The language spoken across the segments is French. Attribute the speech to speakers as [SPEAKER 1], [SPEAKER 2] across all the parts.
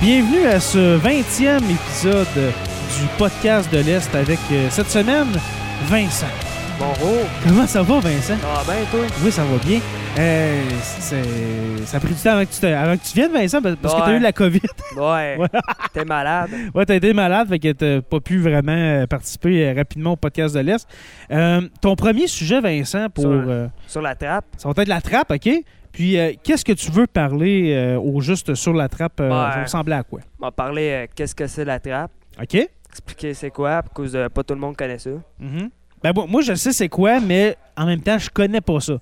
[SPEAKER 1] Bienvenue à ce 20e épisode du podcast de l'Est avec euh, cette semaine Vincent.
[SPEAKER 2] Bonjour.
[SPEAKER 1] Comment ça va, Vincent?
[SPEAKER 2] Ah ben toi.
[SPEAKER 1] Oui, ça va bien. Euh, c'est- ça a pris du temps avant que tu, te- avant que tu viennes, Vincent, parce parce que tu as
[SPEAKER 2] Ouais.
[SPEAKER 1] eu la COVID.
[SPEAKER 2] Ouais.
[SPEAKER 1] Ouais.
[SPEAKER 2] T'es malade.
[SPEAKER 1] ouais, t'as été malade, fait que t'as pas pu vraiment euh, participer euh, rapidement au podcast de l'Est. Euh, ton premier sujet, Vincent, pour.
[SPEAKER 2] Ça, ouais.
[SPEAKER 1] euh,
[SPEAKER 2] Sur la trappe.
[SPEAKER 1] ça va être la trappe, OK? Puis, euh, qu'est-ce que tu veux parler euh, au juste sur la trappe? euh,
[SPEAKER 2] Ouais.
[SPEAKER 1] Ça ressemblait à quoi?
[SPEAKER 2] On va parler euh, qu'est-ce que c'est la trappe.
[SPEAKER 1] OK?
[SPEAKER 2] Expliquer c'est quoi, parce que pas tout le monde connaît ça.
[SPEAKER 1] Mhm. Ben, bon, moi, je sais c'est quoi, mais en même temps, je connais pas ça.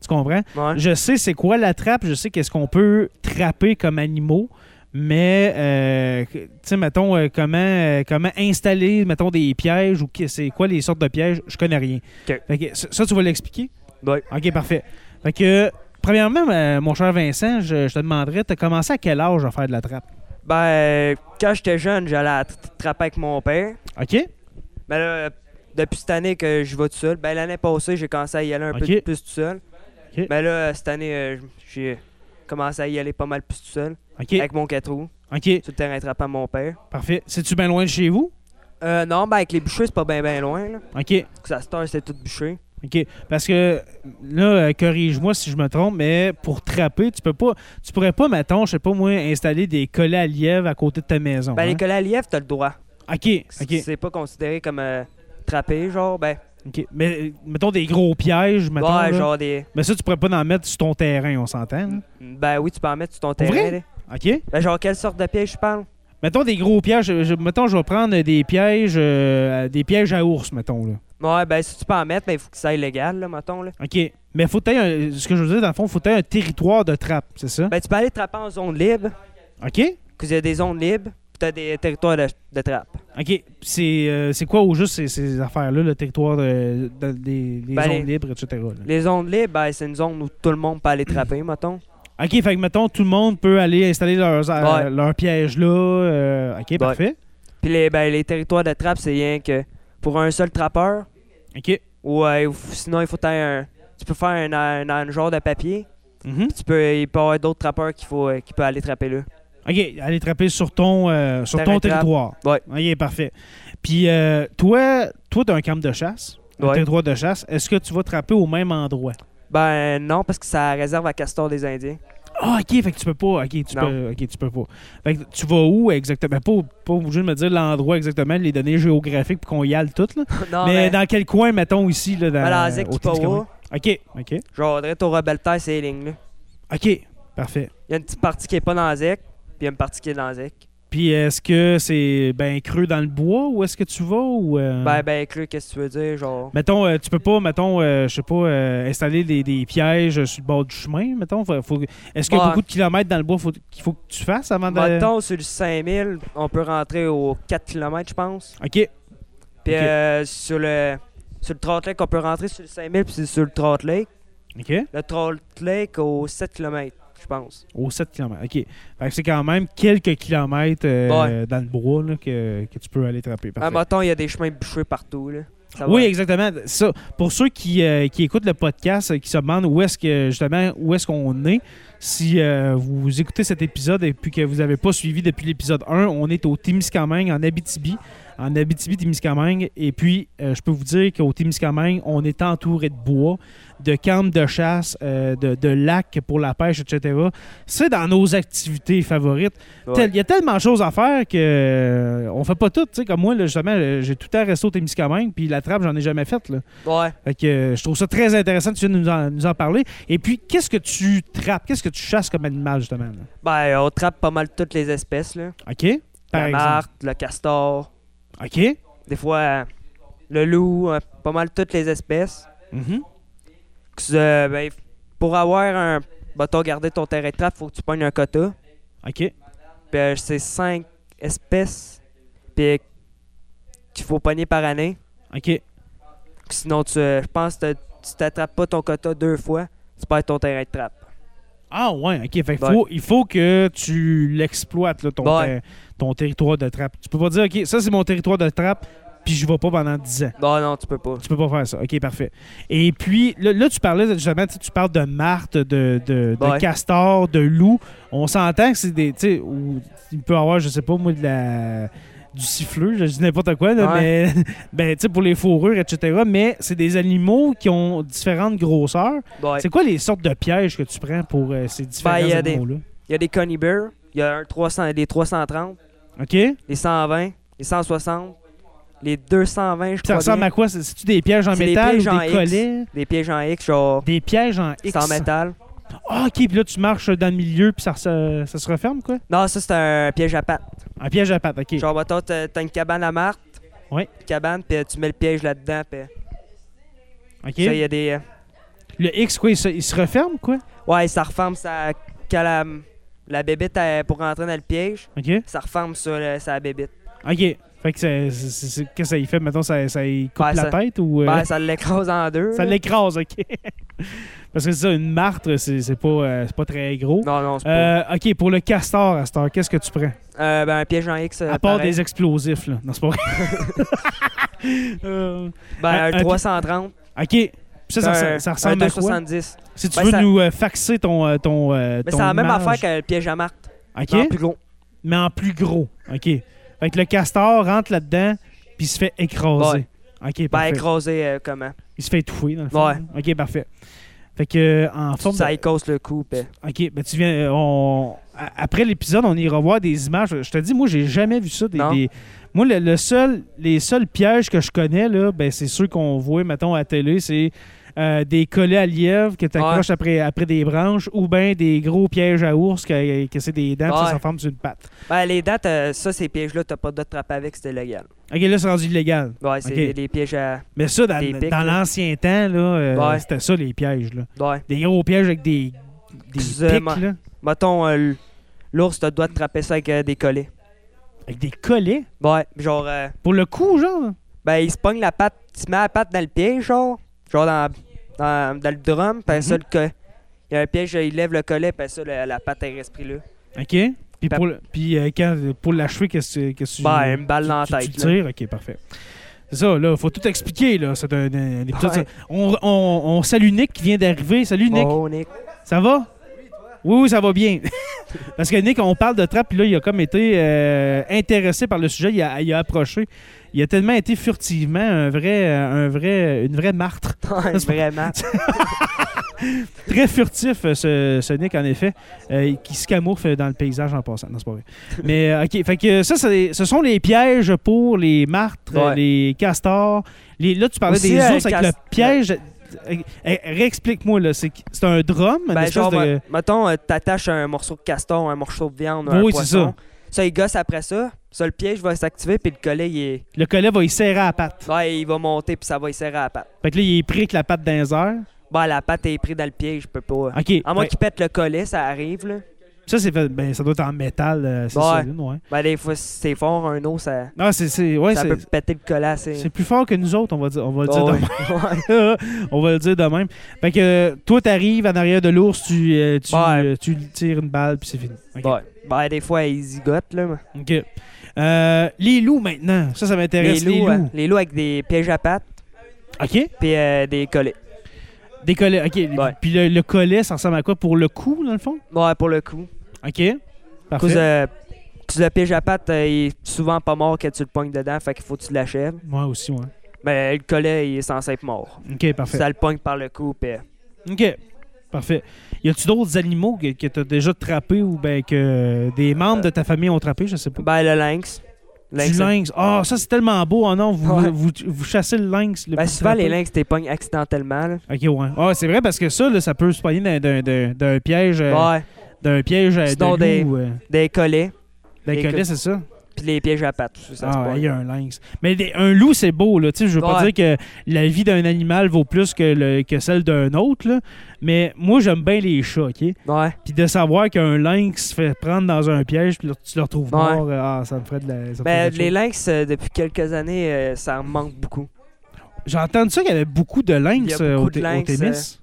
[SPEAKER 1] Tu comprends?
[SPEAKER 2] Ouais.
[SPEAKER 1] Je sais c'est quoi la trappe, je sais qu'est-ce qu'on peut trapper comme animaux, mais, euh, que- tu sais, mettons, euh, comment, euh, comment installer, mettons, des pièges ou que- c'est quoi les sortes de pièges, je connais rien.
[SPEAKER 2] OK.
[SPEAKER 1] Fait que ça, ça, tu vas l'expliquer?
[SPEAKER 2] Ouais.
[SPEAKER 1] OK, parfait. Fait que, premièrement, euh, mon cher Vincent, je, je te demanderais, t'as commencé à quel âge à faire de la trappe?
[SPEAKER 2] Ben, euh, quand j'étais jeune, j'allais à la tra- trappe avec mon père.
[SPEAKER 1] OK?
[SPEAKER 2] Ben là, euh, depuis cette année que je vais tout seul. Ben l'année passée, j'ai commencé à y aller un
[SPEAKER 1] Ok.
[SPEAKER 2] peu plus tout seul.
[SPEAKER 1] Ok.
[SPEAKER 2] Ben là, euh, cette année, euh, j'ai commencé à y aller pas mal plus tout seul.
[SPEAKER 1] OK.
[SPEAKER 2] Avec mon 4 roues,
[SPEAKER 1] OK,
[SPEAKER 2] sur le terrain de trappe à mon père.
[SPEAKER 1] parfait. C'est-tu bien loin de chez vous?
[SPEAKER 2] Euh, non, ben avec les bûchers, c'est pas bien bien loin. Là.
[SPEAKER 1] OK.
[SPEAKER 2] Parce que ça se c'est tout bûché.
[SPEAKER 1] OK. Parce que là, euh, corrige-moi si je me trompe, mais pour trapper, tu peux pas. Tu pourrais pas, mettons, je sais pas moi, installer des collets à lièvre à côté de ta maison.
[SPEAKER 2] Ben,
[SPEAKER 1] hein?
[SPEAKER 2] les collets à lièvre, t'as le droit.
[SPEAKER 1] OK. OK.
[SPEAKER 2] C'est pas considéré comme euh, trappé, genre, ben.
[SPEAKER 1] OK. Mais euh, mettons des gros pièges, mettons.
[SPEAKER 2] ouais,
[SPEAKER 1] là.
[SPEAKER 2] genre des.
[SPEAKER 1] Mais ça, tu pourrais pas en mettre sur ton terrain, on s'entend. là?
[SPEAKER 2] Ben oui, tu peux en mettre sur ton
[SPEAKER 1] Pour
[SPEAKER 2] terrain.
[SPEAKER 1] vrai?
[SPEAKER 2] là.
[SPEAKER 1] OK?
[SPEAKER 2] Ben, genre, quelle sorte de piège je parle
[SPEAKER 1] Mettons des gros pièges. je- je- mettons, je vais prendre des pièges euh, des pièges à ours, mettons. Là.
[SPEAKER 2] Ouais, ben si tu peux en mettre, ben il faut que ça aille légal, là, mettons. Là.
[SPEAKER 1] OK. Mais faut que t'aies un- ce que je veux dire, dans le fond, faut que t'aies un territoire de trappe, c'est ça?
[SPEAKER 2] Ben, tu peux aller trapper en zone libre, Ben-
[SPEAKER 1] OK?
[SPEAKER 2] parce qu'il y a des zones libres, puis t'as des territoires de, de trappe.
[SPEAKER 1] OK. C'est euh, c'est quoi au juste ces, ces affaires-là, le territoire de- de- des, des
[SPEAKER 2] Ben,
[SPEAKER 1] zones
[SPEAKER 2] les-
[SPEAKER 1] libres, etc. là?
[SPEAKER 2] Les zones libres, ben c'est une zone où tout le monde peut aller trapper, mettons.
[SPEAKER 1] OK, fait que mettons, tout le monde peut aller installer leurs, euh,
[SPEAKER 2] Ouais.
[SPEAKER 1] leurs pièges là. euh, OK, parfait.
[SPEAKER 2] Puis les, ben, les territoires de trappe, c'est rien que pour un seul trappeur,
[SPEAKER 1] OK.
[SPEAKER 2] ou euh, ou sinon, il faut que t'aies un. Tu peux faire un, un- un genre de papier,
[SPEAKER 1] Mhm.
[SPEAKER 2] tu peux, il peut y avoir d'autres trappeurs qui, faut, euh, qui peut aller trapper là.
[SPEAKER 1] OK, aller trapper sur ton, euh, sur ton
[SPEAKER 2] Terrain de trappe.
[SPEAKER 1] territoire.
[SPEAKER 2] Ouais.
[SPEAKER 1] OK, parfait. Puis euh, toi, toi tu as un camp de chasse, un
[SPEAKER 2] Ouais.
[SPEAKER 1] territoire de chasse. Est-ce que tu vas trapper au même endroit?
[SPEAKER 2] Ben non, parce que ça réserve à Castor des Indiens.
[SPEAKER 1] Ah, OK, fait que tu peux pas. OK, tu,
[SPEAKER 2] Non.
[SPEAKER 1] peux, OK, tu peux pas. Fait que tu vas où exactement? Ben, Pas, pas obligé de me dire l'endroit exactement, les données géographiques pour qu'on y aille toutes, là.
[SPEAKER 2] non,
[SPEAKER 1] mais
[SPEAKER 2] mais,
[SPEAKER 1] dans quel coin, mettons, ici, là, dans,
[SPEAKER 2] ben, dans Zec
[SPEAKER 1] au Témiscamingue?
[SPEAKER 2] Kipawa,
[SPEAKER 1] OK, OK.
[SPEAKER 2] genre, direct au Rebel Terre, c'est les lignes. là.
[SPEAKER 1] OK, parfait.
[SPEAKER 2] Il y a une petite partie qui est pas dans Zec, puis il y a une partie qui est dans Zec.
[SPEAKER 1] Puis est-ce que c'est ben creux dans le bois ou est-ce que tu vas ou... euh,
[SPEAKER 2] Ben, ben, Cleux, qu'est-ce que tu veux dire, genre?
[SPEAKER 1] Mettons, euh, tu peux pas, mettons, euh, je sais pas, euh, installer des, des pièges sur le bord du chemin, mettons. Faut- faut- Est-ce qu'il y a
[SPEAKER 2] Ouais.
[SPEAKER 1] beaucoup de kilomètres dans le bois faut- qu'il faut que tu fasses avant de...
[SPEAKER 2] Bah. Mettons, sur le 5000, on peut rentrer aux 4 km, je pense.
[SPEAKER 1] OK,
[SPEAKER 2] Puis
[SPEAKER 1] Ok.
[SPEAKER 2] euh, sur le sur le Trout Lake, on peut rentrer sur le 5000, puis c'est sur le Trout Lake.
[SPEAKER 1] OK.
[SPEAKER 2] Le Trout Lake, aux 7 km, je pense.
[SPEAKER 1] Aux 7 kilomètres, OK. Fait que c'est quand même quelques kilomètres euh, dans le bois là, que, que tu peux aller trapper.
[SPEAKER 2] À
[SPEAKER 1] Parfait.
[SPEAKER 2] Ben, mettons, il y a des chemins bouchés partout, là. Ça va.
[SPEAKER 1] Oui, exactement. Ça, pour ceux qui, euh, qui écoutent le podcast, euh, qui se demandent où est-ce que justement où est-ce qu'on est, si euh, vous écoutez cet épisode et puis que vous n'avez pas suivi depuis l'épisode 1, on est au Témiscamingue en Abitibi, en Abitibi-Témiscamingue. Et puis, euh, je peux vous dire qu'au Témiscamingue, on est entouré de bois, de camps de chasse, euh, de, de lacs pour la pêche, etc. C'est dans nos activités favorites.
[SPEAKER 2] Ouais.
[SPEAKER 1] Tel- Il y a tellement de choses à faire que euh, on fait pas tout. tu sais, Comme moi, là, justement, euh, j'ai tout à resto au Témiscamingue, puis la trappe, j'en ai jamais faite. là.
[SPEAKER 2] Ouais.
[SPEAKER 1] Fait que euh, je trouve ça très intéressant que tu viennes nous en, nous en parler. Et puis, qu'est-ce que tu trappes? Qu'est-ce que tu chasses comme animal, justement? là?
[SPEAKER 2] Ben, on trappe pas mal toutes les espèces, là.
[SPEAKER 1] OK? Par
[SPEAKER 2] la
[SPEAKER 1] exemple.
[SPEAKER 2] marthe, le castor,
[SPEAKER 1] OK?
[SPEAKER 2] des fois euh, le loup, euh, pas mal toutes les espèces.
[SPEAKER 1] Mhm.
[SPEAKER 2] Que, euh, ben, f- pour avoir un bâton garder ton terrain de trappe, faut que tu pognes un quota.
[SPEAKER 1] OK.
[SPEAKER 2] Puis euh, c'est cinq espèces puis qu'il faut pogner par année.
[SPEAKER 1] OK.
[SPEAKER 2] Que Sinon, tu, euh, je pense que tu t'attrapes pas ton quota deux fois, tu perds ton terrain de trappe.
[SPEAKER 1] Ah ouais, OK. Fait que
[SPEAKER 2] Ouais.
[SPEAKER 1] faut- il faut que tu l'exploites, là, ton,
[SPEAKER 2] Ouais.
[SPEAKER 1] ter- ton territoire de trappe. Tu peux pas dire, OK, ça, c'est mon territoire de trappe, puis je vais pas pendant 10 ans.
[SPEAKER 2] Bah, Non, non, tu peux pas.
[SPEAKER 1] Tu peux pas faire ça. OK, parfait. Et puis, là, là, tu parlais justement, tu sais, tu parles de marthe, de, de, de
[SPEAKER 2] Ouais.
[SPEAKER 1] castor, de loup. On s'entend que c'est des. Tu sais, où il peut avoir, je sais pas, moi, de la. Du siffleux, je dis n'importe quoi, là,
[SPEAKER 2] Ouais.
[SPEAKER 1] mais ben, tu sais, pour les fourrures, etc. Mais c'est des animaux qui ont différentes grosseurs.
[SPEAKER 2] Ouais.
[SPEAKER 1] C'est quoi les sortes de pièges que tu prends pour euh, ces différents
[SPEAKER 2] Ben, il y a des-
[SPEAKER 1] animaux-là?
[SPEAKER 2] Il y a des Connie Bear, il y a un 300, les 330,
[SPEAKER 1] OK?
[SPEAKER 2] les 120, les 160, les 220, je
[SPEAKER 1] Puis ça
[SPEAKER 2] crois.
[SPEAKER 1] ressemble
[SPEAKER 2] bien.
[SPEAKER 1] à quoi? C'est- C'est-tu des pièges en
[SPEAKER 2] C'est des
[SPEAKER 1] métal
[SPEAKER 2] pièges
[SPEAKER 1] ou
[SPEAKER 2] en
[SPEAKER 1] des
[SPEAKER 2] X.
[SPEAKER 1] collets?
[SPEAKER 2] Des pièges en X, genre,
[SPEAKER 1] Des pièges en X.
[SPEAKER 2] c'est en métal.
[SPEAKER 1] Ah, OK, puis là, tu marches dans le milieu, puis ça, se- ça se referme, quoi?
[SPEAKER 2] Non, ça, c'est un piège à pattes.
[SPEAKER 1] Un piège à pattes, OK.
[SPEAKER 2] Genre, mettons, t'as t'as une cabane à Marthe.
[SPEAKER 1] Ouais.
[SPEAKER 2] Une cabane, puis tu mets le piège là-dedans, puis
[SPEAKER 1] OK.
[SPEAKER 2] ça, il y a des... euh,
[SPEAKER 1] Le X, quoi, il se, il se referme, quoi?
[SPEAKER 2] Ouais, ça referme ça... Quand la, la bébite, elle- pour rentrer dans le piège,
[SPEAKER 1] OK.
[SPEAKER 2] ça referme sur le- sa bébite.
[SPEAKER 1] OK. Fait que c'est- c'est- c'est- c'est- qu'est-ce que ça y fait? Mettons, ça, ça y coupe
[SPEAKER 2] Ben,
[SPEAKER 1] la
[SPEAKER 2] ça-
[SPEAKER 1] tête ou... euh,
[SPEAKER 2] Ben, ça l'écrase en deux.
[SPEAKER 1] ça
[SPEAKER 2] là.
[SPEAKER 1] l'écrase, OK. Parce que c'est ça, une martre, c'est c'est pas, euh, c'est pas très gros.
[SPEAKER 2] Non, non, c'est pas...
[SPEAKER 1] Euh, OK, pour le castor, à cette heure, qu'est-ce que tu prends?
[SPEAKER 2] Euh, ben, un piège en X, euh,
[SPEAKER 1] À part
[SPEAKER 2] pareil.
[SPEAKER 1] des explosifs, là. Non, c'est pas vrai. Euh, un-
[SPEAKER 2] Ben,
[SPEAKER 1] un-
[SPEAKER 2] un 330.
[SPEAKER 1] OK. Puis ça, ça,
[SPEAKER 2] un-
[SPEAKER 1] ça- ça ressemble
[SPEAKER 2] un
[SPEAKER 1] à quoi?
[SPEAKER 2] 270.
[SPEAKER 1] Si tu
[SPEAKER 2] Ben,
[SPEAKER 1] veux
[SPEAKER 2] ça-
[SPEAKER 1] nous euh, faxer ton, euh, ton, euh,
[SPEAKER 2] Mais
[SPEAKER 1] ton
[SPEAKER 2] c'est la même
[SPEAKER 1] image.
[SPEAKER 2] affaire que le piège à Marthe.
[SPEAKER 1] OK.
[SPEAKER 2] Non, plus gros.
[SPEAKER 1] mais en plus gros. OK. Fait que le castor rentre là-dedans, puis il se fait écraser. OK,
[SPEAKER 2] Ben,
[SPEAKER 1] parfait.
[SPEAKER 2] écrasé, euh, comment
[SPEAKER 1] il se fait étouffer, dans le fond.
[SPEAKER 2] Ouais.
[SPEAKER 1] OK, parfait. Fait que, euh, en forme
[SPEAKER 2] Ça
[SPEAKER 1] de-
[SPEAKER 2] écrase le cou, puis
[SPEAKER 1] OK, ben tu viens... euh, on- a- Après l'épisode, on ira voir des images. Je te dis, moi, j'ai jamais vu ça. Des,
[SPEAKER 2] Non.
[SPEAKER 1] des- Moi, le, le seul... les seuls pièges que je connais, là, ben, c'est ceux qu'on voit, mettons, à la télé, c'est... euh, des collets à lièvre que tu accroches après, après des branches ou bien des gros pièges à ours que, que c'est des dents puis ça,
[SPEAKER 2] Ouais.
[SPEAKER 1] ça forme sur une patte.
[SPEAKER 2] Ben, les dates, euh, ça, ces pièges-là, t'as pas de d'attraper avec, c'était légal.
[SPEAKER 1] OK, là, c'est rendu illégal.
[SPEAKER 2] Ouais, c'est
[SPEAKER 1] Ok.
[SPEAKER 2] des- des pièges à.
[SPEAKER 1] Mais ça, dans,
[SPEAKER 2] Des pics,
[SPEAKER 1] dans
[SPEAKER 2] là.
[SPEAKER 1] l'ancien temps, là, euh,
[SPEAKER 2] Ouais.
[SPEAKER 1] c'était ça les pièges. Là.
[SPEAKER 2] Ouais.
[SPEAKER 1] Des gros pièges avec des, des pics,
[SPEAKER 2] Exactement.
[SPEAKER 1] là,
[SPEAKER 2] Mettons, euh, l- l'ours, t'as le droit de attraper ça avec euh, des collets.
[SPEAKER 1] avec des collets.
[SPEAKER 2] Ouais, genre, euh,
[SPEAKER 1] Pour le coup, genre.
[SPEAKER 2] ben, il se pogne la patte, il se met la patte dans le piège, genre, genre dans, dans, dans le drum, puis ça,
[SPEAKER 1] Mhm.
[SPEAKER 2] le co- il y a un piège, euh, il lève le collet, puis ça, le- la patte, elle reste prise là.
[SPEAKER 1] OK. Puis,
[SPEAKER 2] Pap-
[SPEAKER 1] pour, le- puis euh, quand, pour l'achever, qu'est-ce que tu- qu'est-ce que tu.
[SPEAKER 2] Ben, une balle dans la
[SPEAKER 1] tu- tu
[SPEAKER 2] tête, là.
[SPEAKER 1] tires? OK, parfait. C'est ça, là, faut tout expliquer, là. C'est un, un- un épisode,
[SPEAKER 2] Ouais.
[SPEAKER 1] ça. On, on- on salue Nick qui vient d'arriver. Salut, Nick.
[SPEAKER 2] Oh, Nick.
[SPEAKER 1] Ça va? Oui, oui, ça va bien. Parce que Nick, on parle de trappe, puis là, il a comme été euh, intéressé par le sujet, il a, il a approché. Il a tellement été furtivement un vrai, euh, un vrai, une vraie martre.
[SPEAKER 2] Ouais, Vraiment.
[SPEAKER 1] Très furtif, euh, ce, ce Nick, en effet, euh, qui se camoufle dans le paysage en passant. Non, c'est pas vrai. Mais, euh, OK, fait que ça, c'est- ce sont les pièges pour les martres,
[SPEAKER 2] Ouais.
[SPEAKER 1] les castors. Les, là, tu parlais
[SPEAKER 2] Aussi,
[SPEAKER 1] des
[SPEAKER 2] euh,
[SPEAKER 1] ours avec
[SPEAKER 2] cas-
[SPEAKER 1] le piège. Euh, euh, Réexplique-moi, là. C'est c'est un drum, une
[SPEAKER 2] Ben,
[SPEAKER 1] espèce
[SPEAKER 2] genre,
[SPEAKER 1] de-
[SPEAKER 2] me- mettons, euh, t'attaches un morceau de castor, un morceau de viande, un
[SPEAKER 1] Oui, c'est
[SPEAKER 2] poisson. Ça, il gosse après ça. Ça, le piège va s'activer, puis le collet, il, est...
[SPEAKER 1] Le collet va y serrer à la patte.
[SPEAKER 2] ouais, il va monter, puis ça va, il serre à la patte.
[SPEAKER 1] Fait que là, il est pris avec la patte d'un
[SPEAKER 2] Ben, la patte est prise dans le piège, je peux pas.
[SPEAKER 1] OK.
[SPEAKER 2] À moins
[SPEAKER 1] Fait-
[SPEAKER 2] qu'il pète le collet, ça arrive, là.
[SPEAKER 1] Ça, c'est fait- ben, ça doit être en métal, euh, c'est
[SPEAKER 2] Ouais.
[SPEAKER 1] solide, ouais.
[SPEAKER 2] Ben, des fois, si c'est fort, un os, ça,
[SPEAKER 1] Non, c'est, c'est, ouais,
[SPEAKER 2] ça
[SPEAKER 1] c'est,
[SPEAKER 2] peut péter le collet assez.
[SPEAKER 1] c'est plus fort que nous autres, on va, dire, on va le dire
[SPEAKER 2] Oh,
[SPEAKER 1] de
[SPEAKER 2] ouais.
[SPEAKER 1] même.
[SPEAKER 2] Ouais.
[SPEAKER 1] on va le dire de même. Fait que euh, toi, t'arrives en arrière de l'ours, tu, euh, tu,
[SPEAKER 2] Ouais.
[SPEAKER 1] euh, tu lui tires une balle, puis c'est fini. OK.
[SPEAKER 2] Ouais. Ben, des fois, ils zigotent, là.
[SPEAKER 1] OK. Euh, les loups, maintenant. Ça, ça m'intéresse, les loups.
[SPEAKER 2] hein. Les loups avec des pièges à pattes,
[SPEAKER 1] OK.
[SPEAKER 2] puis euh, des collets.
[SPEAKER 1] Des collets, OK.
[SPEAKER 2] Ouais.
[SPEAKER 1] Puis le, le collet, ça ressemble à quoi pour le cou, dans le fond?
[SPEAKER 2] Ouais, pour le coup.
[SPEAKER 1] OK. Parfait.
[SPEAKER 2] Cause, euh, cause le piège à pattes, euh, il est souvent pas mort quand tu le pognes dedans, fait qu'il faut que tu l'achèves.
[SPEAKER 1] Moi aussi, ouais.
[SPEAKER 2] Mais le collet, il est censé être mort.
[SPEAKER 1] OK, parfait.
[SPEAKER 2] Ça le pogne par le cou, puis... euh,
[SPEAKER 1] OK. Parfait. Y a-tu d'autres animaux que, que tu as déjà attrapés ou ben que euh, des membres de ta famille ont attrapé, je sais pas.
[SPEAKER 2] Ben, le lynx.
[SPEAKER 1] du lynx. Ah, ça c'est tellement beau. Ah non, vous,
[SPEAKER 2] Ouais.
[SPEAKER 1] vous, vous chassez le lynx. Le
[SPEAKER 2] Ben,
[SPEAKER 1] petit
[SPEAKER 2] souvent, les
[SPEAKER 1] trappé.
[SPEAKER 2] lynx, t'es pognes accidentellement, là.
[SPEAKER 1] OK, ouais. Ah, c'est vrai parce que ça, là, ça peut se poigner d'un- d'un- d'un d'un piège euh,
[SPEAKER 2] Ouais,
[SPEAKER 1] d'un piège euh,
[SPEAKER 2] Sinon,
[SPEAKER 1] de
[SPEAKER 2] des-
[SPEAKER 1] loup. euh,
[SPEAKER 2] des collets.
[SPEAKER 1] d'un
[SPEAKER 2] des-
[SPEAKER 1] collet, c'est ça?
[SPEAKER 2] Puis les pièges à pattes, ça se
[SPEAKER 1] ah,
[SPEAKER 2] pogne.
[SPEAKER 1] il y a un lynx. Mais des- un loup, c'est beau, là. Tu sais, Je veux pas
[SPEAKER 2] Ouais.
[SPEAKER 1] dire que la vie d'un animal vaut plus que, le- que celle d'un autre, là. Mais moi, j'aime bien les chats, OK?
[SPEAKER 2] Ouais.
[SPEAKER 1] Puis de savoir qu'un lynx se fait prendre dans un piège, puis le- tu le retrouves
[SPEAKER 2] Ouais.
[SPEAKER 1] mort, euh, ah, ça me ferait de la. ça me ferait
[SPEAKER 2] Ben,
[SPEAKER 1] quelque
[SPEAKER 2] les
[SPEAKER 1] chose.
[SPEAKER 2] lynx, euh, depuis quelques années, euh, ça en manque beaucoup.
[SPEAKER 1] J'ai entendu ça qu'il y avait beaucoup de
[SPEAKER 2] Il y
[SPEAKER 1] lynx
[SPEAKER 2] a
[SPEAKER 1] euh, au,
[SPEAKER 2] beaucoup de
[SPEAKER 1] Té- au
[SPEAKER 2] lynx,
[SPEAKER 1] Témis.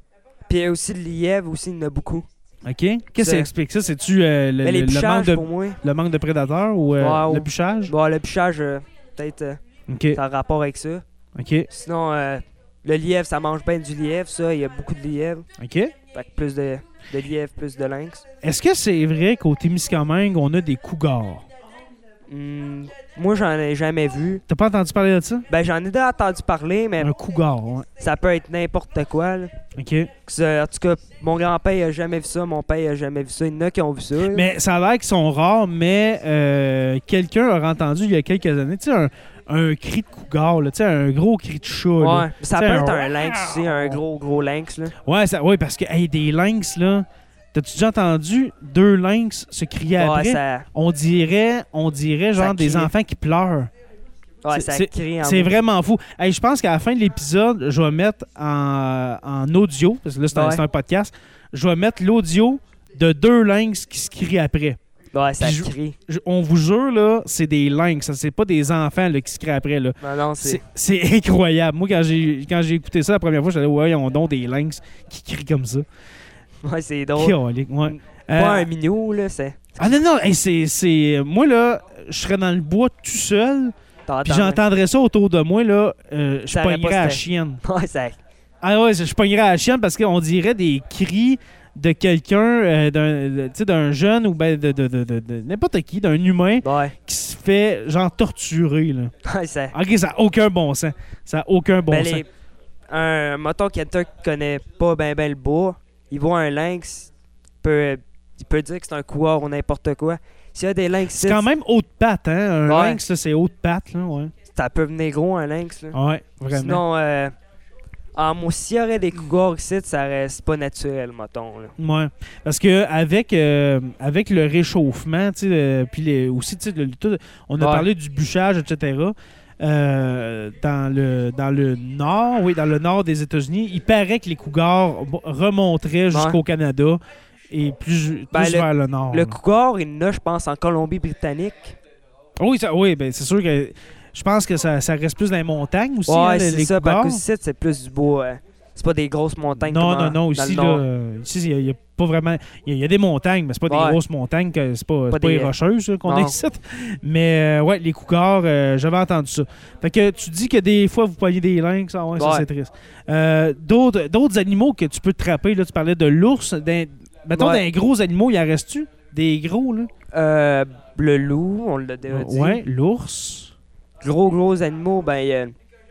[SPEAKER 2] Puis euh, aussi, le lièvre, aussi, il y en a beaucoup.
[SPEAKER 1] OK. Qu'est-ce que ça
[SPEAKER 2] euh, c'est-
[SPEAKER 1] explique ça? C'est-tu euh, le,
[SPEAKER 2] Mais les
[SPEAKER 1] le- le manque
[SPEAKER 2] pichages,
[SPEAKER 1] de,
[SPEAKER 2] pour moi...
[SPEAKER 1] le manque de prédateurs ou euh,
[SPEAKER 2] Ouais,
[SPEAKER 1] le
[SPEAKER 2] ou-
[SPEAKER 1] bûchage?
[SPEAKER 2] Bon, le pichage, euh, peut-être... euh,
[SPEAKER 1] OK.
[SPEAKER 2] C'est en rapport avec ça.
[SPEAKER 1] OK.
[SPEAKER 2] Sinon, euh, le lièvre, ça mange bien du lièvre, ça. Il y a beaucoup de lièvre.
[SPEAKER 1] OK.
[SPEAKER 2] Fait que plus de, de lièvre, plus de lynx.
[SPEAKER 1] Est-ce que c'est vrai qu'au Témiscamingue, on a des cougars?
[SPEAKER 2] Hmm, moi, j'en ai jamais vu.
[SPEAKER 1] T'as pas entendu parler de ça?
[SPEAKER 2] Ben, j'en ai déjà entendu parler, mais
[SPEAKER 1] Un cougar, ouais.
[SPEAKER 2] ça peut être n'importe quoi. là.
[SPEAKER 1] OK.
[SPEAKER 2] Que ça- En tout cas, mon grand-père il a jamais vu ça, mon père il a jamais vu ça. Il y en a qui ont vu ça. là.
[SPEAKER 1] Mais ça a l'air qu'ils sont rares, mais euh, quelqu'un aurait entendu il y a quelques années, tu sais, un, un cri de cougar, là, tu sais, un gros cri de chat. là.
[SPEAKER 2] Ouais, ça peut
[SPEAKER 1] T'sais, un-
[SPEAKER 2] être un lynx aussi, un gros, gros lynx. Là.
[SPEAKER 1] Ouais, ça, ouais, parce que hey, des lynx, là, t'as-tu déjà entendu deux lynx se crier
[SPEAKER 2] Ouais,
[SPEAKER 1] après?
[SPEAKER 2] ça,
[SPEAKER 1] On dirait, on dirait
[SPEAKER 2] Ça
[SPEAKER 1] genre des
[SPEAKER 2] crie.
[SPEAKER 1] enfants qui pleurent.
[SPEAKER 2] ouais,
[SPEAKER 1] C'est-
[SPEAKER 2] ça
[SPEAKER 1] c'est-
[SPEAKER 2] crie en
[SPEAKER 1] C'est vraiment fou. Hey, je pense qu'à la fin de l'épisode, je vais mettre en, en audio, parce que là, c'est un,
[SPEAKER 2] Ouais.
[SPEAKER 1] c'est un podcast, je vais mettre l'audio de deux lynx qui se crient après.
[SPEAKER 2] Ouais, ça
[SPEAKER 1] Puis je-
[SPEAKER 2] crie.
[SPEAKER 1] Je- on vous jure, là, c'est des lynx. ça, C'est pas des enfants là, qui se crient après. Là.
[SPEAKER 2] Non, non,
[SPEAKER 1] C'est
[SPEAKER 2] Ah, c'est.
[SPEAKER 1] c'est incroyable. Moi, quand j'ai quand j'ai écouté ça la première fois, j'allais, ouais, on donc des lynx qui crient comme ça.
[SPEAKER 2] Ouais, c'est drôle.
[SPEAKER 1] Chiolique, ouais. Euh,
[SPEAKER 2] Pas un minou, là, c'est.
[SPEAKER 1] ah non, non, hey, c'est- c'est. Moi, là, je serais dans le bois tout seul,
[SPEAKER 2] t'entends,
[SPEAKER 1] puis j'entendrais ça autour de moi, là, euh, je
[SPEAKER 2] Ah, Ça aurait pas
[SPEAKER 1] pognerais la
[SPEAKER 2] été-
[SPEAKER 1] chienne.
[SPEAKER 2] hein. Ouais, ça.
[SPEAKER 1] Ah ouais, je je pognerais la chienne parce qu'on dirait des cris de quelqu'un, euh, d'un- de- tu sais, d'un jeune ou ben de, de- de- de- de n'importe qui, d'un humain
[SPEAKER 2] Ouais.
[SPEAKER 1] qui se fait genre torturer. Là.
[SPEAKER 2] Ouais, ça.
[SPEAKER 1] Ok, ça n'a aucun bon sens. Ça n'a aucun Ah, bon
[SPEAKER 2] ben,
[SPEAKER 1] sens.
[SPEAKER 2] les- Un moton quelqu'un qui connaît pas ben ben le bois, il voit un lynx, il peut, il peut dire que c'est un couard ou n'importe quoi. S'il y a des lynx,
[SPEAKER 1] C'est quand même haute patte, hein? Un
[SPEAKER 2] Ouais.
[SPEAKER 1] lynx, là, c'est haute patte, là, ouais.
[SPEAKER 2] ça peut venir gros un lynx. Là.
[SPEAKER 1] Ouais, vraiment.
[SPEAKER 2] Sinon, euh, ah, moi, s'il y aurait des cougars ici, ça reste pas naturel, mettons. Là.
[SPEAKER 1] Ouais. Parce que avec, euh, avec le réchauffement, tu sais, euh, puis les- aussi, tu sais, le- tout- on a
[SPEAKER 2] Ouais.
[SPEAKER 1] parlé du bûchage, etc. Euh, dans, le, dans le nord, oui, dans le nord des États-Unis, il paraît que les cougars b- remonteraient jusqu'au Canada et plus,
[SPEAKER 2] Ben,
[SPEAKER 1] plus
[SPEAKER 2] le-
[SPEAKER 1] vers le nord.
[SPEAKER 2] Le
[SPEAKER 1] là.
[SPEAKER 2] cougar, il y en a, je pense, en Colombie-Britannique.
[SPEAKER 1] oui, ça- oui ben, c'est sûr que je pense que ça, ça reste plus dans les montagnes aussi, hein,
[SPEAKER 2] ouais,
[SPEAKER 1] les,
[SPEAKER 2] c'est
[SPEAKER 1] les
[SPEAKER 2] ça,
[SPEAKER 1] cougars.
[SPEAKER 2] parce que ici, c'est plus du bois. euh, c'est pas des grosses montagnes.
[SPEAKER 1] Non,
[SPEAKER 2] comme en-
[SPEAKER 1] non, non.
[SPEAKER 2] dans le
[SPEAKER 1] Ici, là,
[SPEAKER 2] nord.
[SPEAKER 1] euh, ici, il n'y a, pas vraiment. Il y, a- il y a des montagnes, mais c'est pas des
[SPEAKER 2] Ouais.
[SPEAKER 1] grosses montagnes, que c'est pas,
[SPEAKER 2] Pas
[SPEAKER 1] c'est pas
[SPEAKER 2] des- euh,
[SPEAKER 1] les rocheuses là, qu'on a
[SPEAKER 2] Non.
[SPEAKER 1] ici. Mais euh, ouais, les cougars, euh, j'avais entendu ça. Fait que tu dis que des fois, vous pognez des lynx. Ah ouais, ça,
[SPEAKER 2] Ouais.
[SPEAKER 1] c'est triste. Euh, D'autres d'autres animaux que tu peux te trapper, là, tu parlais de l'ours. d'un- Mettons,
[SPEAKER 2] Ouais.
[SPEAKER 1] d'un gros animal, il en reste-tu Des gros, là
[SPEAKER 2] Euh, le loup, on l'a déjà dit.
[SPEAKER 1] Ouais, l'ours.
[SPEAKER 2] Gros, gros animaux, ben, il y a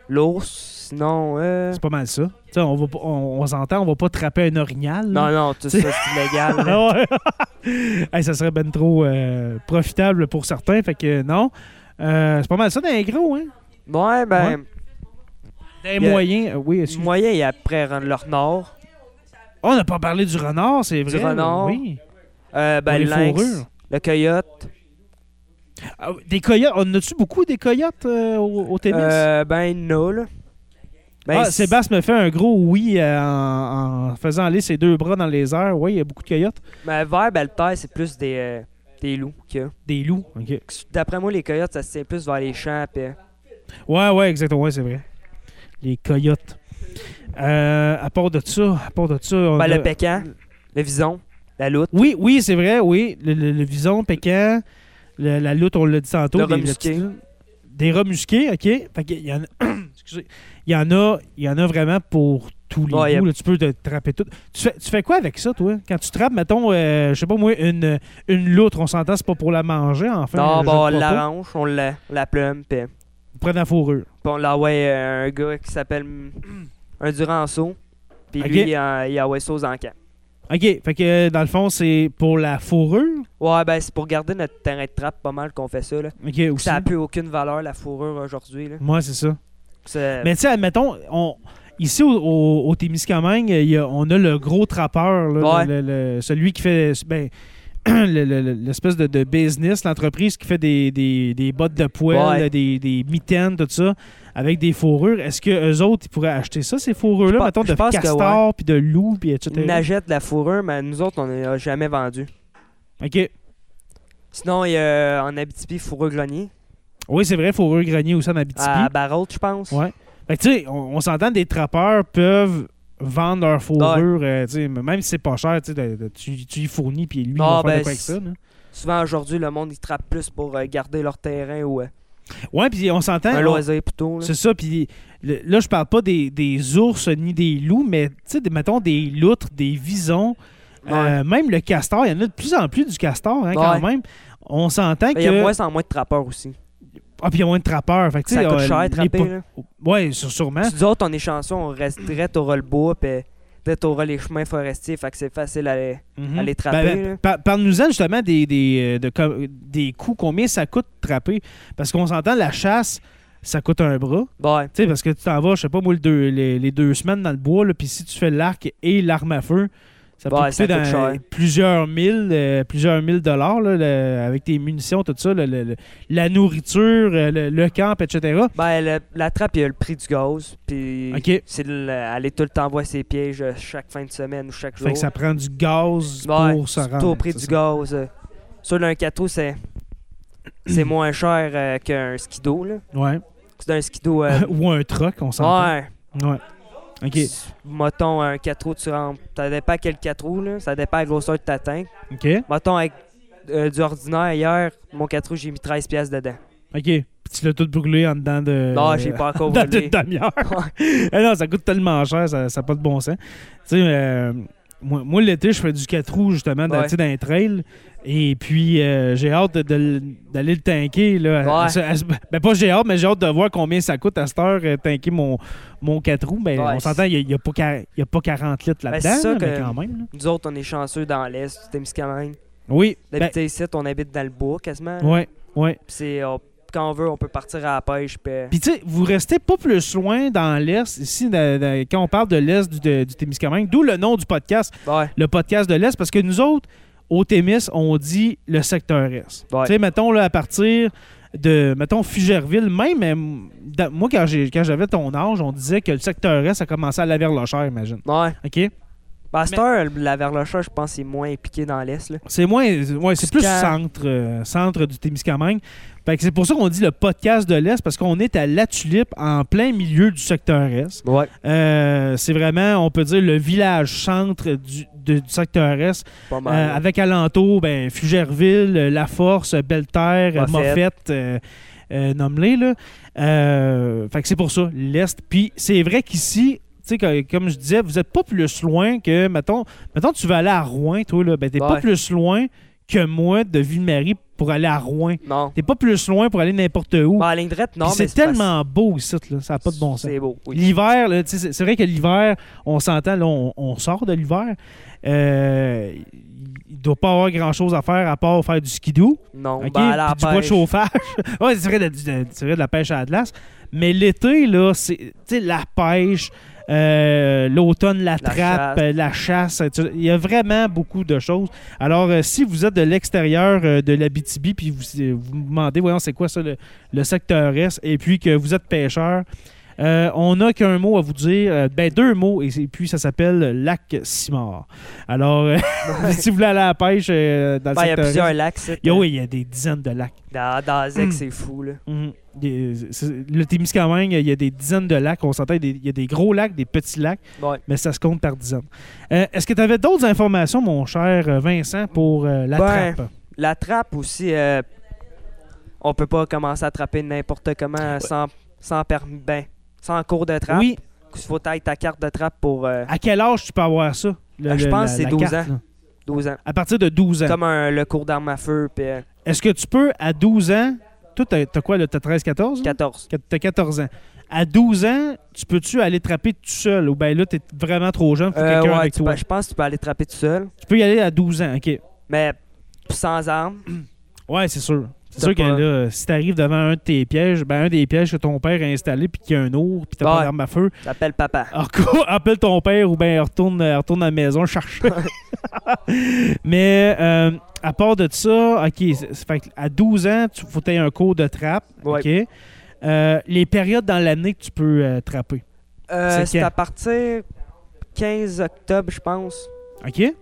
[SPEAKER 2] l'ours, sinon. euh,
[SPEAKER 1] C'est pas mal ça. Tu sais, on, va pas- on, on s'entend, on va pas trapper un orignal. là.
[SPEAKER 2] Non, non, tout ça, c'est illégal. là.
[SPEAKER 1] Ah ouais. Hey, ça serait ben trop euh, profitable pour certains, fait que non. Euh, c'est pas mal ça d'un gros, hein?
[SPEAKER 2] Ouais, ben,
[SPEAKER 1] D'un
[SPEAKER 2] y a-
[SPEAKER 1] moyen, euh, oui. excuse-
[SPEAKER 2] moyen, il après rendre leur nord.
[SPEAKER 1] On n'a pas parlé du renard, c'est vrai.
[SPEAKER 2] Du renard.
[SPEAKER 1] Oui.
[SPEAKER 2] Euh, ben,
[SPEAKER 1] Ou les
[SPEAKER 2] le lynx,
[SPEAKER 1] fourrures.
[SPEAKER 2] le coyote.
[SPEAKER 1] Ah, des coyotes, on a-tu beaucoup des coyotes euh, au, au tennis?
[SPEAKER 2] Euh, ben, il y en a, là. Ben,
[SPEAKER 1] ah,
[SPEAKER 2] c-
[SPEAKER 1] Sébastien me fait un gros oui euh, en, en faisant aller ses deux bras dans les airs. Oui, il y a beaucoup de coyotes.
[SPEAKER 2] Ben, vert, ben, le terre, c'est plus des, euh, des loups qu'il y a.
[SPEAKER 1] Des loups. OK.
[SPEAKER 2] D'après moi, les coyotes, ça se tient plus vers les champs. pis, euh,
[SPEAKER 1] Ouais, ouais, exactement, ouais, c'est vrai. Les coyotes. Euh, à part de ça, à part de ça, on
[SPEAKER 2] ben,
[SPEAKER 1] a-
[SPEAKER 2] le pécan, le vison, la loutre,
[SPEAKER 1] Oui, oui, c'est vrai, oui. Le, le- le bison, le pécan, le- la loutre, on l'a dit tantôt.
[SPEAKER 2] le
[SPEAKER 1] des-
[SPEAKER 2] remusqué.
[SPEAKER 1] le petit- Des rats musqués, OK. Fait qu'il y en a... Excusez. Il y en a, il y en a vraiment pour tous les
[SPEAKER 2] Ouais,
[SPEAKER 1] goûts,
[SPEAKER 2] y a-
[SPEAKER 1] là. Tu peux te trapper tout. Tu fais, tu fais quoi avec ça, toi? Quand tu trappes, mettons, euh, je sais pas moi, une, une loutre, on s'entend, c'est pas pour la manger, enfin.
[SPEAKER 2] non,
[SPEAKER 1] je
[SPEAKER 2] ben, on
[SPEAKER 1] crois pas.
[SPEAKER 2] l'arrange, on la, on la plume, pis, pis
[SPEAKER 1] Vous prenez la fourrure.
[SPEAKER 2] on l'envoie à un gars qui s'appelle hum, un Duranceau. Puis
[SPEAKER 1] Ok.
[SPEAKER 2] lui, il, en- il envoie ça aux encans.
[SPEAKER 1] OK. Fait que, euh, dans le fond, c'est pour la fourrure.
[SPEAKER 2] Ouais, ben, c'est pour garder notre terrain de trappe pas mal qu'on fait ça, là.
[SPEAKER 1] OK, aussi.
[SPEAKER 2] Ça n'a plus aucune valeur, la fourrure, aujourd'hui, là.
[SPEAKER 1] Moi, c'est ça.
[SPEAKER 2] C'est-
[SPEAKER 1] Euh, Mais tu sais, admettons, on, ici au, au, au Témiscamingue, il y a- on a le gros trappeur, là,
[SPEAKER 2] Ouais.
[SPEAKER 1] le- le- le- celui qui fait ben, le- le- le- l'espèce de, de business, l'entreprise qui fait des, des- des bottes de poêle,
[SPEAKER 2] Ouais.
[SPEAKER 1] des, des mitaines, tout ça, avec des fourrures. Est-ce que eux autres, ils pourraient acheter ça, ces fourrures-là,
[SPEAKER 2] Je pe-
[SPEAKER 1] mettons,
[SPEAKER 2] je
[SPEAKER 1] de
[SPEAKER 2] pense que
[SPEAKER 1] castor, puis de loup, puis
[SPEAKER 2] Ils
[SPEAKER 1] etc.
[SPEAKER 2] n'achètent la fourrure, mais nous autres, on ne l'a jamais vendu.
[SPEAKER 1] OK.
[SPEAKER 2] Sinon, il y a euh, en Abitibi, fourrure grenier.
[SPEAKER 1] Oui, c'est vrai, fourrure grenier aussi en Abitibi.
[SPEAKER 2] À Barrault, je pense.
[SPEAKER 1] Ouais. Fait que, tu sais, on, on s'entend, des trappeurs peuvent vendre leur fourrure, euh, tu sais, mais même si c'est pas cher, tu sais, de- de- tu, tu y fournis, puis lui, il va
[SPEAKER 2] Ah,
[SPEAKER 1] faire de
[SPEAKER 2] ben,
[SPEAKER 1] quoi avec ça.
[SPEAKER 2] Souvent, aujourd'hui, le monde, il trappe plus pour euh, garder leur terrain ou euh,
[SPEAKER 1] Ouais, puis on s'entend.
[SPEAKER 2] Un
[SPEAKER 1] Ben, on-
[SPEAKER 2] loisir plutôt. là.
[SPEAKER 1] C'est ça, puis le- là, je parle pas des, des ours ni des loups, mais tu sais, des- mettons des loutres, des visons,
[SPEAKER 2] Ouais.
[SPEAKER 1] euh, même le castor, il y en a de plus en plus du castor hein, quand
[SPEAKER 2] Ouais.
[SPEAKER 1] même. On s'entend
[SPEAKER 2] Mais Il y a
[SPEAKER 1] que.
[SPEAKER 2] moins en moins de trappeurs aussi.
[SPEAKER 1] Ah, puis il y a moins de trappeurs. Fait que, tu
[SPEAKER 2] Ça
[SPEAKER 1] sais,
[SPEAKER 2] coûte
[SPEAKER 1] euh,
[SPEAKER 2] cher
[SPEAKER 1] les hein?
[SPEAKER 2] trapper. hein.
[SPEAKER 1] po-
[SPEAKER 2] là.
[SPEAKER 1] Ouais, sûr- sûrement.
[SPEAKER 2] Si nous autres, on est chanceux, on reste direct au le bois, puis direct au les chemins forestiers, fait que c'est facile à les...
[SPEAKER 1] Mhm.
[SPEAKER 2] à les trapper, là.
[SPEAKER 1] par- Parle-nous-en justement des, des, euh, de com- des coûts, combien ça coûte trapper. Parce qu'on s'entend, la chasse, ça coûte un bras.
[SPEAKER 2] Ouais.
[SPEAKER 1] Tu sais, parce que tu t'en vas, je sais pas, moi, le deux- les, les deux semaines dans le bois, là, puis si tu fais l'arc et l'arme à feu, ça peut
[SPEAKER 2] Ouais,
[SPEAKER 1] coûter
[SPEAKER 2] ça coûte
[SPEAKER 1] dans-
[SPEAKER 2] cher.
[SPEAKER 1] plusieurs mille, euh, plusieurs mille dollars, là, le- avec tes munitions, tout ça, le- le- le- la nourriture, euh, le, le camp, etc.
[SPEAKER 2] Ben, le- la trappe, il y a le prix du gaz, puis
[SPEAKER 1] OK.
[SPEAKER 2] c'est de la- aller tout le temps voir ses pièges euh, chaque fin de semaine ou chaque jour.
[SPEAKER 1] Fait que ça prend du gaz
[SPEAKER 2] Ouais,
[SPEAKER 1] pour se
[SPEAKER 2] surtout
[SPEAKER 1] rendre.
[SPEAKER 2] au prix
[SPEAKER 1] c'est
[SPEAKER 2] du
[SPEAKER 1] ça.
[SPEAKER 2] gaz. euh. Sur un cateau, c'est c'est moins cher euh, qu'un skido. Là.
[SPEAKER 1] Ouais.
[SPEAKER 2] C'est un skido. euh,
[SPEAKER 1] Ou un truck, on s'entend.
[SPEAKER 2] ouais.
[SPEAKER 1] Ouais. OK.
[SPEAKER 2] s- Mettons un 4 roues, tu rentres. Ça dépend quel 4 roues, là. ça dépend la grosseur de ta tank.
[SPEAKER 1] OK.
[SPEAKER 2] Mettons avec euh, du ordinaire hier, mon 4 roues, j'ai mis 13 pièces dedans.
[SPEAKER 1] OK. Puis tu l'as tout brûlé en dedans de.
[SPEAKER 2] non, j'ai pas encore
[SPEAKER 1] Euh, dans une
[SPEAKER 2] volé.
[SPEAKER 1] demi-heure. Eh non, ça coûte tellement cher, ça n'a pas de bon sens. Tu sais, euh, moi, moi, l'été, je fais du 4 roues, justement, dans,
[SPEAKER 2] Ouais.
[SPEAKER 1] tu sais, dans les trails. Et puis, euh, j'ai hâte de- de l- d'aller le tanker. Là, à-
[SPEAKER 2] Ouais.
[SPEAKER 1] à ce- à ce- ben, pas j'ai hâte, mais j'ai hâte de voir combien ça coûte à cette heure, euh, tanker mon, mon 4 roues. Ben,
[SPEAKER 2] Ouais,
[SPEAKER 1] on s'entend, il n'y a, pas quar- il y a pas 40 litres
[SPEAKER 2] Ben,
[SPEAKER 1] là-dedans,
[SPEAKER 2] c'est ça
[SPEAKER 1] là, mais
[SPEAKER 2] que-
[SPEAKER 1] quand même. là.
[SPEAKER 2] Nous autres, on est chanceux dans l'Est du Témiscamingue.
[SPEAKER 1] Oui, ben,
[SPEAKER 2] D'habiter ici, on habite dans le bois quasiment. là.
[SPEAKER 1] ouais, ouais.
[SPEAKER 2] Puis c'est, on- quand on veut, on peut partir à la pêche. puis-
[SPEAKER 1] Puis, tu sais, vous restez pas plus loin dans l'Est, ici, dans- dans- quand on parle de l'Est du, de- du Témiscamingue, d'où le nom du podcast,
[SPEAKER 2] Ouais,
[SPEAKER 1] le podcast de l'Est, parce que nous autres, au Témis, on dit le secteur Est.
[SPEAKER 2] Ouais.
[SPEAKER 1] Tu sais, mettons, là, à partir de, mettons, Fugerville, même, euh, dans- moi, quand, j'ai, quand j'avais ton âge, on disait que le secteur Est, ça commençait à la verlochère, imagine.
[SPEAKER 2] ouais.
[SPEAKER 1] OK?
[SPEAKER 2] Ben, à cette heure, la Verlocha, je pense, c'est moins impliqué dans l'Est. là.
[SPEAKER 1] C'est moins, ouais, c'est plus
[SPEAKER 2] Jusqu'à-
[SPEAKER 1] centre, euh, centre du Témiscamingue. Fait que c'est pour ça qu'on dit le podcast de l'Est, parce qu'on est à La Tulipe, en plein milieu du secteur Est.
[SPEAKER 2] Ouais.
[SPEAKER 1] Euh, c'est vraiment, on peut dire, le village-centre du, de- du secteur Est,
[SPEAKER 2] Pas
[SPEAKER 1] euh,
[SPEAKER 2] mal.
[SPEAKER 1] avec alentour ben, Fugerville, euh, La Force, euh, Belterre, euh,
[SPEAKER 2] Moffett.
[SPEAKER 1] Moffett, euh, euh, nomme-les. là. Euh, fait que c'est pour ça, l'Est. Puis c'est vrai qu'ici, tu sais, que- comme je disais, vous êtes pas plus loin que, mettons, mettons tu vas aller à Rouen, toi, là, ben, t'es pas
[SPEAKER 2] Ouais.
[SPEAKER 1] plus loin que moi de Ville-Marie pour aller à Rouen.
[SPEAKER 2] Non.
[SPEAKER 1] T'es pas plus loin pour aller n'importe où.
[SPEAKER 2] Ben, à la ligne droite, non,
[SPEAKER 1] Puis
[SPEAKER 2] mais
[SPEAKER 1] c'est
[SPEAKER 2] parce-
[SPEAKER 1] tellement beau ici, là, ça n'a pas de bon sens.
[SPEAKER 2] C'est beau, oui.
[SPEAKER 1] L'hiver, là, tu sais, c'est c'est vrai que l'hiver, on s'entend, là, on, on sort de l'hiver. Euh, il ne doit pas avoir grand-chose à faire à part faire du skidoo,
[SPEAKER 2] Non,
[SPEAKER 1] ok,
[SPEAKER 2] ben, à la
[SPEAKER 1] puis du bois de
[SPEAKER 2] pêche.
[SPEAKER 1] chauffage. ouais, c'est vrai, de- de- c'est vrai de la pêche à la glace. Mais l'été, là, c'est tu sais, la pêche, euh, l'automne, la, trappe,
[SPEAKER 2] chasse.
[SPEAKER 1] euh, la chasse. tu- Il y a vraiment beaucoup de choses. Alors, euh, si vous êtes de l'extérieur euh, de l'Abitibi, puis vous euh, vous me demandez, voyons, c'est quoi ça, le, le secteur S, et puis que vous êtes pêcheur, euh, on n'a qu'un mot à vous dire, euh, ben deux mots, et, c'est- puis ça s'appelle lac Simard. Alors, euh, si vous voulez aller à la pêche euh, dans le
[SPEAKER 2] Ben, il y a
[SPEAKER 1] secteur
[SPEAKER 2] plusieurs
[SPEAKER 1] Est,
[SPEAKER 2] lacs. c'est- euh,
[SPEAKER 1] yo, Hmm. il y a des dizaines de lacs.
[SPEAKER 2] Dans, dans Zec, c'est fou, là.
[SPEAKER 1] Mhm. Des- c'est- Le Témiscamingue, il y a des dizaines de lacs. On s'entend, il y a des- il y a des gros lacs, des petits lacs,
[SPEAKER 2] Ouais.
[SPEAKER 1] mais ça se compte par dizaines. Euh, Est-ce que tu avais d'autres informations, mon cher euh, Vincent, pour euh, la
[SPEAKER 2] Ben,
[SPEAKER 1] trappe?
[SPEAKER 2] La trappe aussi, euh, on peut pas commencer à attraper n'importe comment sans, sans permis, ben, sans cours de trappe.
[SPEAKER 1] Oui. Ah.
[SPEAKER 2] Il faut tailler ta carte de trappe pour euh,
[SPEAKER 1] À quel âge tu peux avoir ça? Le-
[SPEAKER 2] Ah, je
[SPEAKER 1] le-
[SPEAKER 2] pense
[SPEAKER 1] la-
[SPEAKER 2] que c'est
[SPEAKER 1] la
[SPEAKER 2] 12
[SPEAKER 1] carte,
[SPEAKER 2] ans.
[SPEAKER 1] là.
[SPEAKER 2] 12 ans.
[SPEAKER 1] À partir de 12 ans.
[SPEAKER 2] Comme un- le cours d'armes à feu, puis euh,
[SPEAKER 1] Est-ce que tu peux, à 12 ans, toi, t'as t'as quoi, là, t'as 13-14?
[SPEAKER 2] 14.
[SPEAKER 1] Quand T'as 14 ans. À 12 ans, tu peux-tu aller trapper tout seul? Ou bien là, t'es vraiment trop jeune, faut
[SPEAKER 2] Euh,
[SPEAKER 1] quelqu'un
[SPEAKER 2] ouais,
[SPEAKER 1] avec
[SPEAKER 2] tu
[SPEAKER 1] toi.
[SPEAKER 2] peux- je pense que tu peux aller trapper tout seul,
[SPEAKER 1] Tu peux y aller à 12 ans, OK.
[SPEAKER 2] mais sans armes.
[SPEAKER 1] Ouais, c'est sûr. C'est
[SPEAKER 2] T'as
[SPEAKER 1] sûr que
[SPEAKER 2] pas-
[SPEAKER 1] là, si t'arrives devant un de tes pièges, ben un des pièges que ton père a installé puis qu'il y a un ours puis t'as pas
[SPEAKER 2] Ouais.
[SPEAKER 1] d'arme à feu,
[SPEAKER 2] J'appelle papa.
[SPEAKER 1] alors quoi, appelle ton père ou ben retourne, retourne à la maison chercher. Mais euh, à part de ça, ok, c'est- c'est fait que à 12 ans, tu faut que t'aies un cours de trappe,
[SPEAKER 2] Ouais.
[SPEAKER 1] ok. Euh, les périodes dans l'année que tu peux euh, trapper,
[SPEAKER 2] Euh,
[SPEAKER 1] C'est
[SPEAKER 2] c'est
[SPEAKER 1] quand?
[SPEAKER 2] à partir 15 octobre, je pense,
[SPEAKER 1] ok?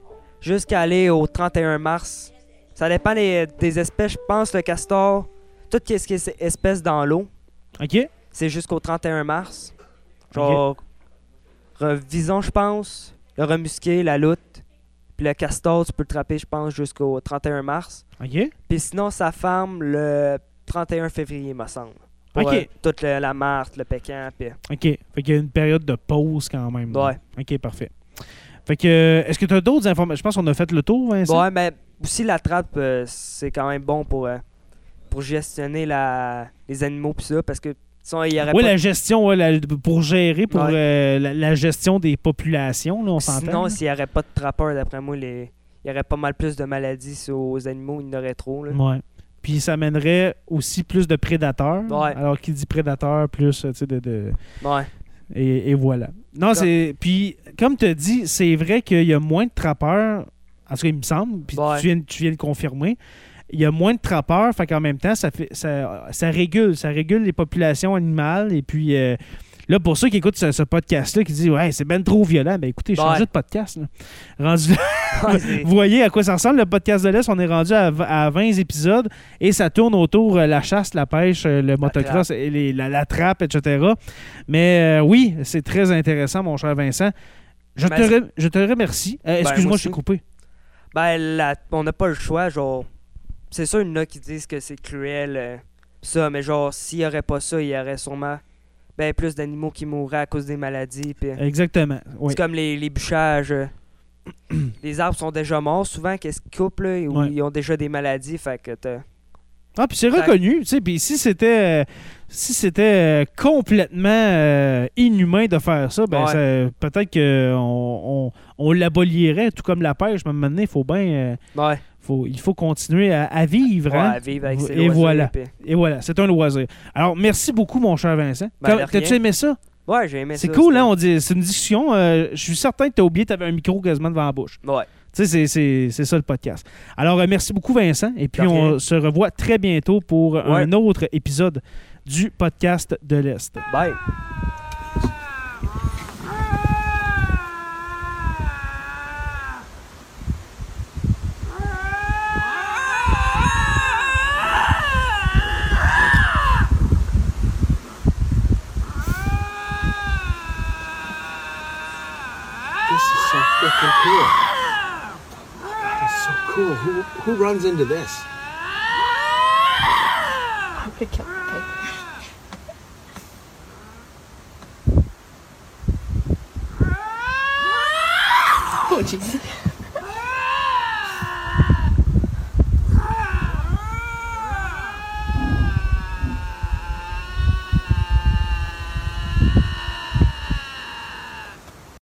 [SPEAKER 2] jusqu'à aller au 31 mars. Ça dépend des, des espèces, je pense, le castor, tout ce qui est espèce dans l'eau,
[SPEAKER 1] Ok?
[SPEAKER 2] c'est jusqu'au 31 mars. Genre, re- vison, je pense, le remusqué, la loutre, puis le castor, tu peux le trapper, je pense, jusqu'au 31 mars.
[SPEAKER 1] Ok?
[SPEAKER 2] Puis sinon, ça ferme le 31 février, me semble. Pour,
[SPEAKER 1] Ok.
[SPEAKER 2] euh, toute le- la marthe, le pécan, puis...
[SPEAKER 1] OK. Fait qu'il y a une période de pause quand même. là.
[SPEAKER 2] Ouais.
[SPEAKER 1] OK, parfait. Fait que, euh, est-ce que tu as d'autres informations? Je pense qu'on a fait le tour, Vincent.
[SPEAKER 2] Ouais, mais aussi la trappe, euh, c'est quand même bon pour, euh, pour gestionner la, les animaux pis ça, parce que sinon, il y aurait
[SPEAKER 1] Oui,
[SPEAKER 2] pas...
[SPEAKER 1] la gestion, ouais, la- pour gérer, pour
[SPEAKER 2] Ouais.
[SPEAKER 1] euh, la, la gestion des populations, là, on s'entend.
[SPEAKER 2] Sinon,
[SPEAKER 1] là.
[SPEAKER 2] s'il n'y aurait pas de trappeurs, d'après moi, les... il y aurait pas mal plus de maladies sur- aux animaux, il y en aurait trop. Là.
[SPEAKER 1] Ouais. Puis ça mènerait aussi plus de prédateurs.
[SPEAKER 2] Ouais.
[SPEAKER 1] Alors qui dit prédateurs, plus, euh, tu sais, de- de,
[SPEAKER 2] Ouais.
[SPEAKER 1] Et, et voilà. Non, c'est. Puis, comme tu as dit, c'est vrai qu'il y a moins de trappeurs. En tout cas, il me semble. Puis
[SPEAKER 2] Ouais.
[SPEAKER 1] tu, viens, tu viens de confirmer. Il y a moins de trappeurs. Fait qu'en même temps, ça, fait, ça, ça régule. Ça régule les populations animales. Et puis, euh, là, pour ceux qui écoutent ce, ce podcast-là, qui disent Ouais, c'est ben trop violent. Ben écoutez, changez
[SPEAKER 2] Ouais.
[SPEAKER 1] de podcast. là. Rendu là,
[SPEAKER 2] Ouais, c'est-
[SPEAKER 1] vous voyez à quoi ça ressemble le podcast de l'Est. On est rendu à, v- à 20 épisodes et ça tourne autour euh, la chasse, la pêche, euh, le motocross, et les- la, la trappe, etc. Mais euh, oui, c'est très intéressant, mon cher Vincent. Je,
[SPEAKER 2] Ben,
[SPEAKER 1] te,
[SPEAKER 2] c'est-
[SPEAKER 1] re- je te remercie. Euh,
[SPEAKER 2] moi
[SPEAKER 1] Excuse-moi, je
[SPEAKER 2] aussi.
[SPEAKER 1] suis coupé.
[SPEAKER 2] Ben, la- on n'a pas le choix, genre. C'est sûr, il y en a qui disent que c'est cruel, euh, ça, mais genre, s'il n'y aurait pas ça, il y aurait sûrement ben, plus d'animaux qui mourraient à cause des maladies. Pis...
[SPEAKER 1] Exactement. Oui.
[SPEAKER 2] C'est comme les, les bûchages. euh, les arbres sont déjà morts, souvent, qu'est-ce qu'ils coupent, là, ou
[SPEAKER 1] Ouais.
[SPEAKER 2] ils ont déjà des maladies, fait que t'as-
[SPEAKER 1] Ah, puis c'est reconnu. tu sais, Puis si c'était euh, si c'était euh, complètement euh, inhumain de faire ça, ben
[SPEAKER 2] Ouais.
[SPEAKER 1] ça- peut-être qu'on on, on l'abolirait, tout comme la pêche. Mais maintenant, il faut bien. euh,
[SPEAKER 2] Ouais,
[SPEAKER 1] faut- il faut continuer à, à vivre.
[SPEAKER 2] ouais,
[SPEAKER 1] hein?
[SPEAKER 2] à vivre avec
[SPEAKER 1] Et
[SPEAKER 2] ses loisirs,
[SPEAKER 1] voilà.
[SPEAKER 2] puis-
[SPEAKER 1] Et voilà, c'est un loisir. Alors, merci beaucoup, mon cher Vincent.
[SPEAKER 2] Ben,
[SPEAKER 1] Comme-
[SPEAKER 2] de rien.
[SPEAKER 1] T'as-tu aimé ça?
[SPEAKER 2] Ouais, j'ai aimé ça.
[SPEAKER 1] C'est cool,
[SPEAKER 2] c'était-
[SPEAKER 1] hein? On dit, c'est une discussion. euh, je suis certain que t'as oublié, t'avais un micro quasiment devant la bouche.
[SPEAKER 2] Ouais.
[SPEAKER 1] Tu sais, c'est- c'est c'est ça le podcast. Alors, euh, merci beaucoup, Vincent. Et puis,
[SPEAKER 2] De rien.
[SPEAKER 1] on se revoit très bientôt pour un
[SPEAKER 2] Ouais.
[SPEAKER 1] autre épisode du podcast de l'Est.
[SPEAKER 2] Bye.
[SPEAKER 3] This is so freaking cool. That's so cool. Who, who runs into this?
[SPEAKER 4] I'm gonna kill that pig. Oh, Jesus.